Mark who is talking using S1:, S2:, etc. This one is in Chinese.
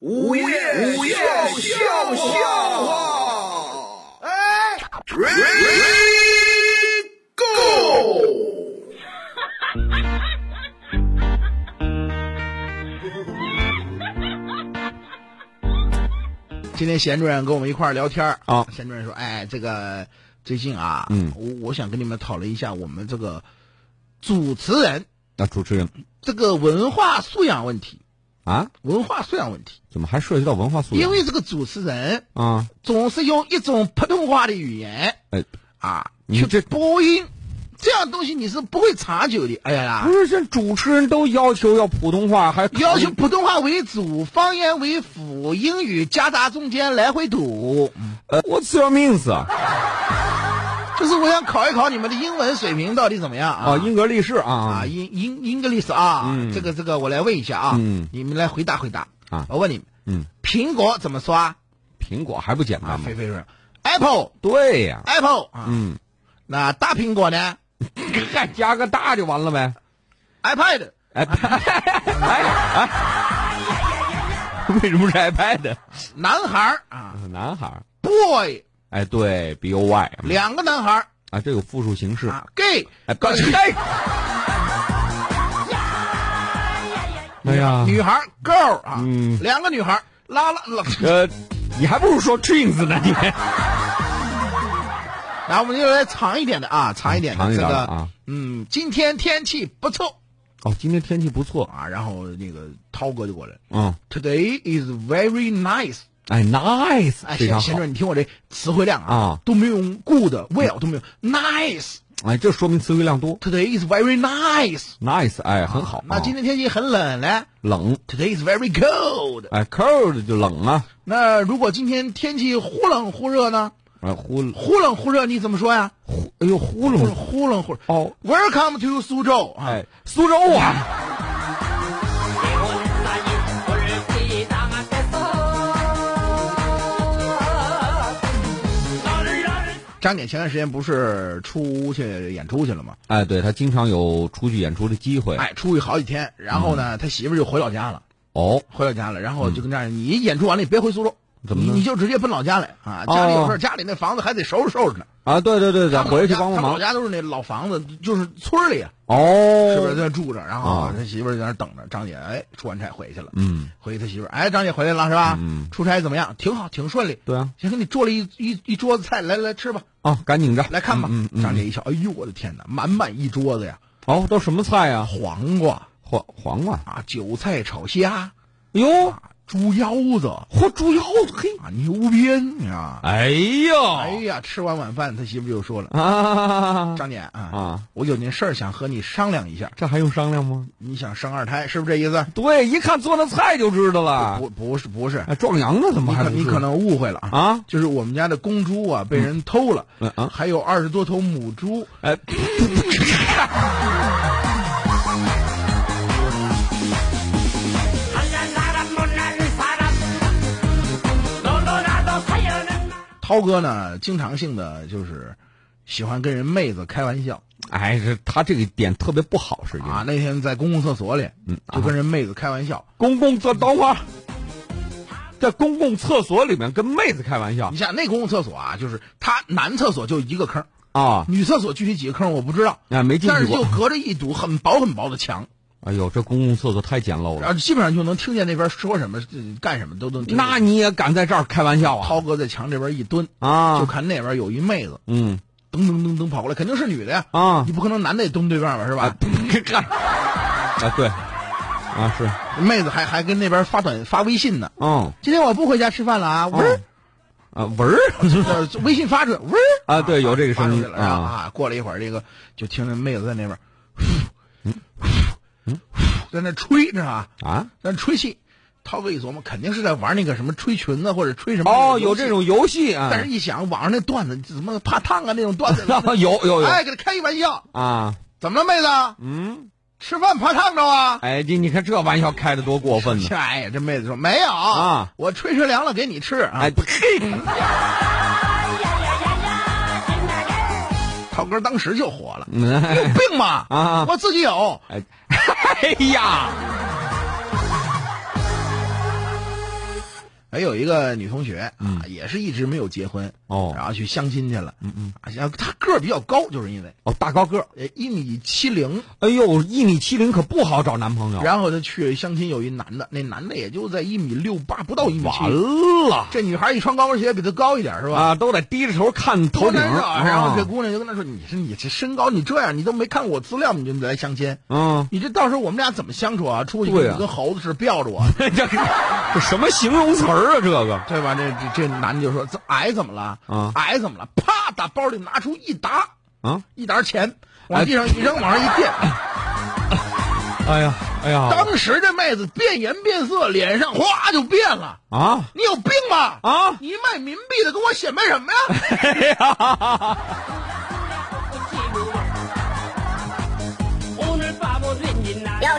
S1: 午夜午夜笑笑话，哎，Ready Go！
S2: 今天贤主任跟我们一块儿聊天儿
S1: 啊
S2: 贤主任说：“哎，这个最近啊，
S1: 嗯
S2: 我我想跟你们讨论一下我们这个主持人
S1: 那主持人
S2: 这个文化素养问题，
S1: 啊，
S2: 文化素养问题。
S1: 怎么还涉及到文化素
S2: 因
S1: 养
S2: 为这个主持人
S1: 啊？
S2: 总是用一种普通话的语言
S1: 哎，
S2: 啊
S1: 你
S2: 去
S1: 这
S2: 播音，这样东西你是不会长久的。哎呀，
S1: 啊不是，这主持人都要求要普通话，还考虑
S2: 要求普通话为主，方言为辅，英语夹杂中间来回堵。
S1: 呃，What's your means 啊？
S2: 就是我想考一考你们的英文水平到底怎么样啊？
S1: 啊，英格力士啊
S2: 啊，英英英格丽斯啊，
S1: 嗯
S2: 这个这个我来问一下啊，
S1: 嗯
S2: 你们来回答回答
S1: 啊
S2: 我问你们，
S1: 嗯，啊
S2: 苹果怎么刷？啊
S1: 苹果还不简单吗
S2: 菲？菲说，apple
S1: 对呀，
S2: apple 啊，
S1: 嗯，
S2: 那大苹果呢
S1: 还加个大就完了呗。
S2: ？iPad
S1: 哎，哎哎，为什么是 iPad？
S2: 男孩儿啊
S1: 男孩儿，
S2: ，boy
S1: 哎，对，B O Y
S2: 两个男孩儿
S1: 啊，这有复数形式。
S2: 啊，gay
S1: 哎，不是，哎，哎呀，
S2: 女孩儿 girl 啊，
S1: 嗯
S2: 两个女孩儿拉拉 拉，
S1: 呃，你还不如说 twins 呢，你。
S2: 然后我们就来长一点的啊，长一点的
S1: 长一
S2: 这
S1: 点的
S2: 个
S1: 啊，
S2: 嗯，今天天气不错
S1: 哦，今天天气不错，
S2: 啊，然后那个涛哥就过来了
S1: 嗯，
S2: ，today is very nice。
S1: 哎，nice，
S2: 哎，
S1: 非
S2: 贤
S1: 常
S2: 贤
S1: 好
S2: 主，任，你听我这词汇量啊，
S1: 啊
S2: 都没有用 good、well 都没有，nice
S1: 哎，这说明词汇量多
S2: today is very nice。
S1: ，nice，哎，很好。
S2: 那今
S1: 啊
S2: 天天气很冷呢
S1: 冷，
S2: ，today is very cold。
S1: 哎，cold 就冷啊，
S2: 那如果今天天气忽冷忽热呢？
S1: 哎，忽
S2: 忽冷忽热你怎么说呀？
S1: 忽，哎呦，忽
S2: 不是
S1: 冷，
S2: 忽冷忽热。
S1: 哦
S2: ，Welcome to 苏州啊！
S1: 哎，苏州啊，
S3: 세월이 당하겠어 나를 나를
S2: 张姐前段时间不是出去演出去了吗？
S1: 哎，对他经常有出去演出的机会。
S2: 哎，出去好几天，然后
S1: 嗯
S2: 呢，他媳妇儿就回老家了。
S1: 哦，
S2: 回老家了，然后就跟这儿，你演出完了，你别回苏州，
S1: 怎么
S2: 你
S1: 呢
S2: 你就直接奔老家来啊！家里有事儿，
S1: 哦
S2: 家里那房子还得收拾收拾呢。
S1: 啊，对对对对，
S2: 他们
S1: 回去
S2: 老家
S1: 帮帮
S2: 他们
S1: 忙
S2: 老。家都是那老房子，就是村儿里啊，是不是
S1: 哦，
S2: 在住着？然后
S1: 啊
S2: 他媳妇儿在那儿等着，张姐哎出完差回去了，
S1: 嗯，
S2: 回去他媳妇儿哎张姐回来了是吧？
S1: 嗯
S2: 出差怎么样？挺好，挺顺利。
S1: 对啊，
S2: 先给你做了一一一桌子菜，来来吃吧，
S1: 啊，赶紧着
S2: 来看吧。
S1: 嗯嗯
S2: 张
S1: 嗯。
S2: 姐一瞧，哎呦我的天哪，满满一桌子呀，
S1: 哦，都什么菜啊？
S2: 黄瓜
S1: 黄黄瓜。
S2: 啊，韭菜炒虾
S1: 哟，
S2: 啊，猪腰子
S1: 嚯，猪腰子，嘿。
S2: 啊，牛鞭啊。
S1: 哎呦，
S2: 哎呀，吃完晚饭，他媳妇就说了
S1: 啊：“
S2: 张姐啊，
S1: 啊，
S2: 我有件事儿想和你商量一下，
S1: 这还用商量吗？
S2: 你想生二胎是不是这意思
S1: 对，一看做那菜就知道？”了。
S2: 不，不是，不是，
S1: 哎，壮阳呢？怎么
S2: 你
S1: 还
S2: 可
S1: 啊不
S2: 你
S1: 是
S2: 可能误会了啊，
S1: 啊？
S2: 就是我们家的公猪啊被人偷了，
S1: 嗯啊
S2: 还有二十多头母猪，
S1: 哎，
S3: 한란 사람 못난 사람 너도 나도 사연은
S2: 涛哥呢经常性的就是喜欢跟人妹子开玩笑
S1: 哎，这他这个点特别不好，是因
S2: 啊。
S1: 为
S2: 那天在公共厕所里，
S1: 嗯啊
S2: 就跟人妹子开玩笑，
S1: 公共厕等会儿，在公共厕所里面跟妹子开玩笑
S2: 你想那公共厕所啊，就是他男厕所就一个坑，
S1: 啊？
S2: 女厕所具体几个坑我不知道，
S1: 啊，没进
S2: 但是
S1: 去
S2: 就
S1: 过。
S2: 隔着一堵很薄很薄的墙。
S1: 哎呦，这公共厕所太简陋
S2: 然
S1: 了。
S2: 后基本上就能听见那边说什么、呃干什么都能听见。
S1: 那你也敢在这儿开玩笑啊？
S2: 涛哥在墙这边一蹲，就
S1: 啊，
S2: 看那边有一妹子
S1: 嗯
S2: 噔噔噔噔跑过来，肯定是女的呀。
S1: 啊
S2: 你不可能男的也蹲对面吧，是吧？
S1: 啊，对啊是，
S2: 妹子还还跟那边发短发微信呢。
S1: 嗯
S2: 今天我不回家吃饭了啊，呜儿，
S1: 啊文儿
S2: 呃微信发出来，呜儿
S1: 啊，对，有这个
S2: 发
S1: 声
S2: 出
S1: 音
S2: 来了然后
S1: 啊。
S2: 啊。过了一会儿，这个就听那妹子在那边，
S1: 嗯
S2: 在那吹，知道吧？
S1: 啊，
S2: 在那吹气。涛哥一琢磨，肯定是在玩那个什么吹裙子或者吹什么
S1: 哦，
S2: 那个游
S1: 有
S2: 戏
S1: 这种游戏啊，
S2: 但是一想网上那段子，怎么怕烫啊那种段子，
S1: 有有有
S2: 哎，给他开一玩笑，
S1: 啊，
S2: 怎么了，妹子？
S1: 嗯，
S2: 吃饭怕烫着啊？
S1: 哎，你你看这玩笑开的多过分呢，
S2: 哎呀，这妹子说没有
S1: 嗯啊，
S2: 我吹吹凉了给你吃啊。
S1: 哎，嘿，
S2: 涛哥当时就火了，
S1: 嗯
S2: 你有病吗？
S1: 啊
S2: 我自己有。
S1: 哎，哎呀，
S2: 还有一个女同学啊，也是一直没有结婚
S1: 嗯哦
S2: 然后去相亲去了。
S1: 嗯嗯，
S2: 啊，像她个儿比较高，就是因为
S1: 哦，大高个儿，
S2: 呃一米七零，
S1: 哎呦，一米七零可不好找男朋友，
S2: 然后她去相亲，有一男的，那男的也就在一米六八，不到一米七。
S1: 完了
S2: 这女孩一穿高跟鞋比她高一点是吧？
S1: 啊，都得低着头看头
S2: 多
S1: 顶，
S2: 难受啊！然后这
S1: 啊
S2: 姑娘就跟他说：“你是你这身高你这样，你都没看我资料，你就来相亲，
S1: 嗯，
S2: 你这到时候我们俩怎么相处啊？出去
S1: 对啊
S2: 你跟猴子似的吊着我，
S1: 这这什么形容词儿啊？这个
S2: 对吧？这这这男的就说：‘这矮怎么了？
S1: 啊
S2: 矮怎么了？’啪，打包里拿出一沓
S1: 啊，
S2: 一沓钱，往地上一扔，往上一垫。
S1: 哎呀，哎呀，
S2: 当时这妹子变颜变色，脸上哗就变了。
S1: 啊
S2: 你有病吧？
S1: 啊，
S2: 你卖冥币的跟我显摆什么呀？
S1: 哎呀，
S3: 오늘 밤은 왠지 나
S4: 要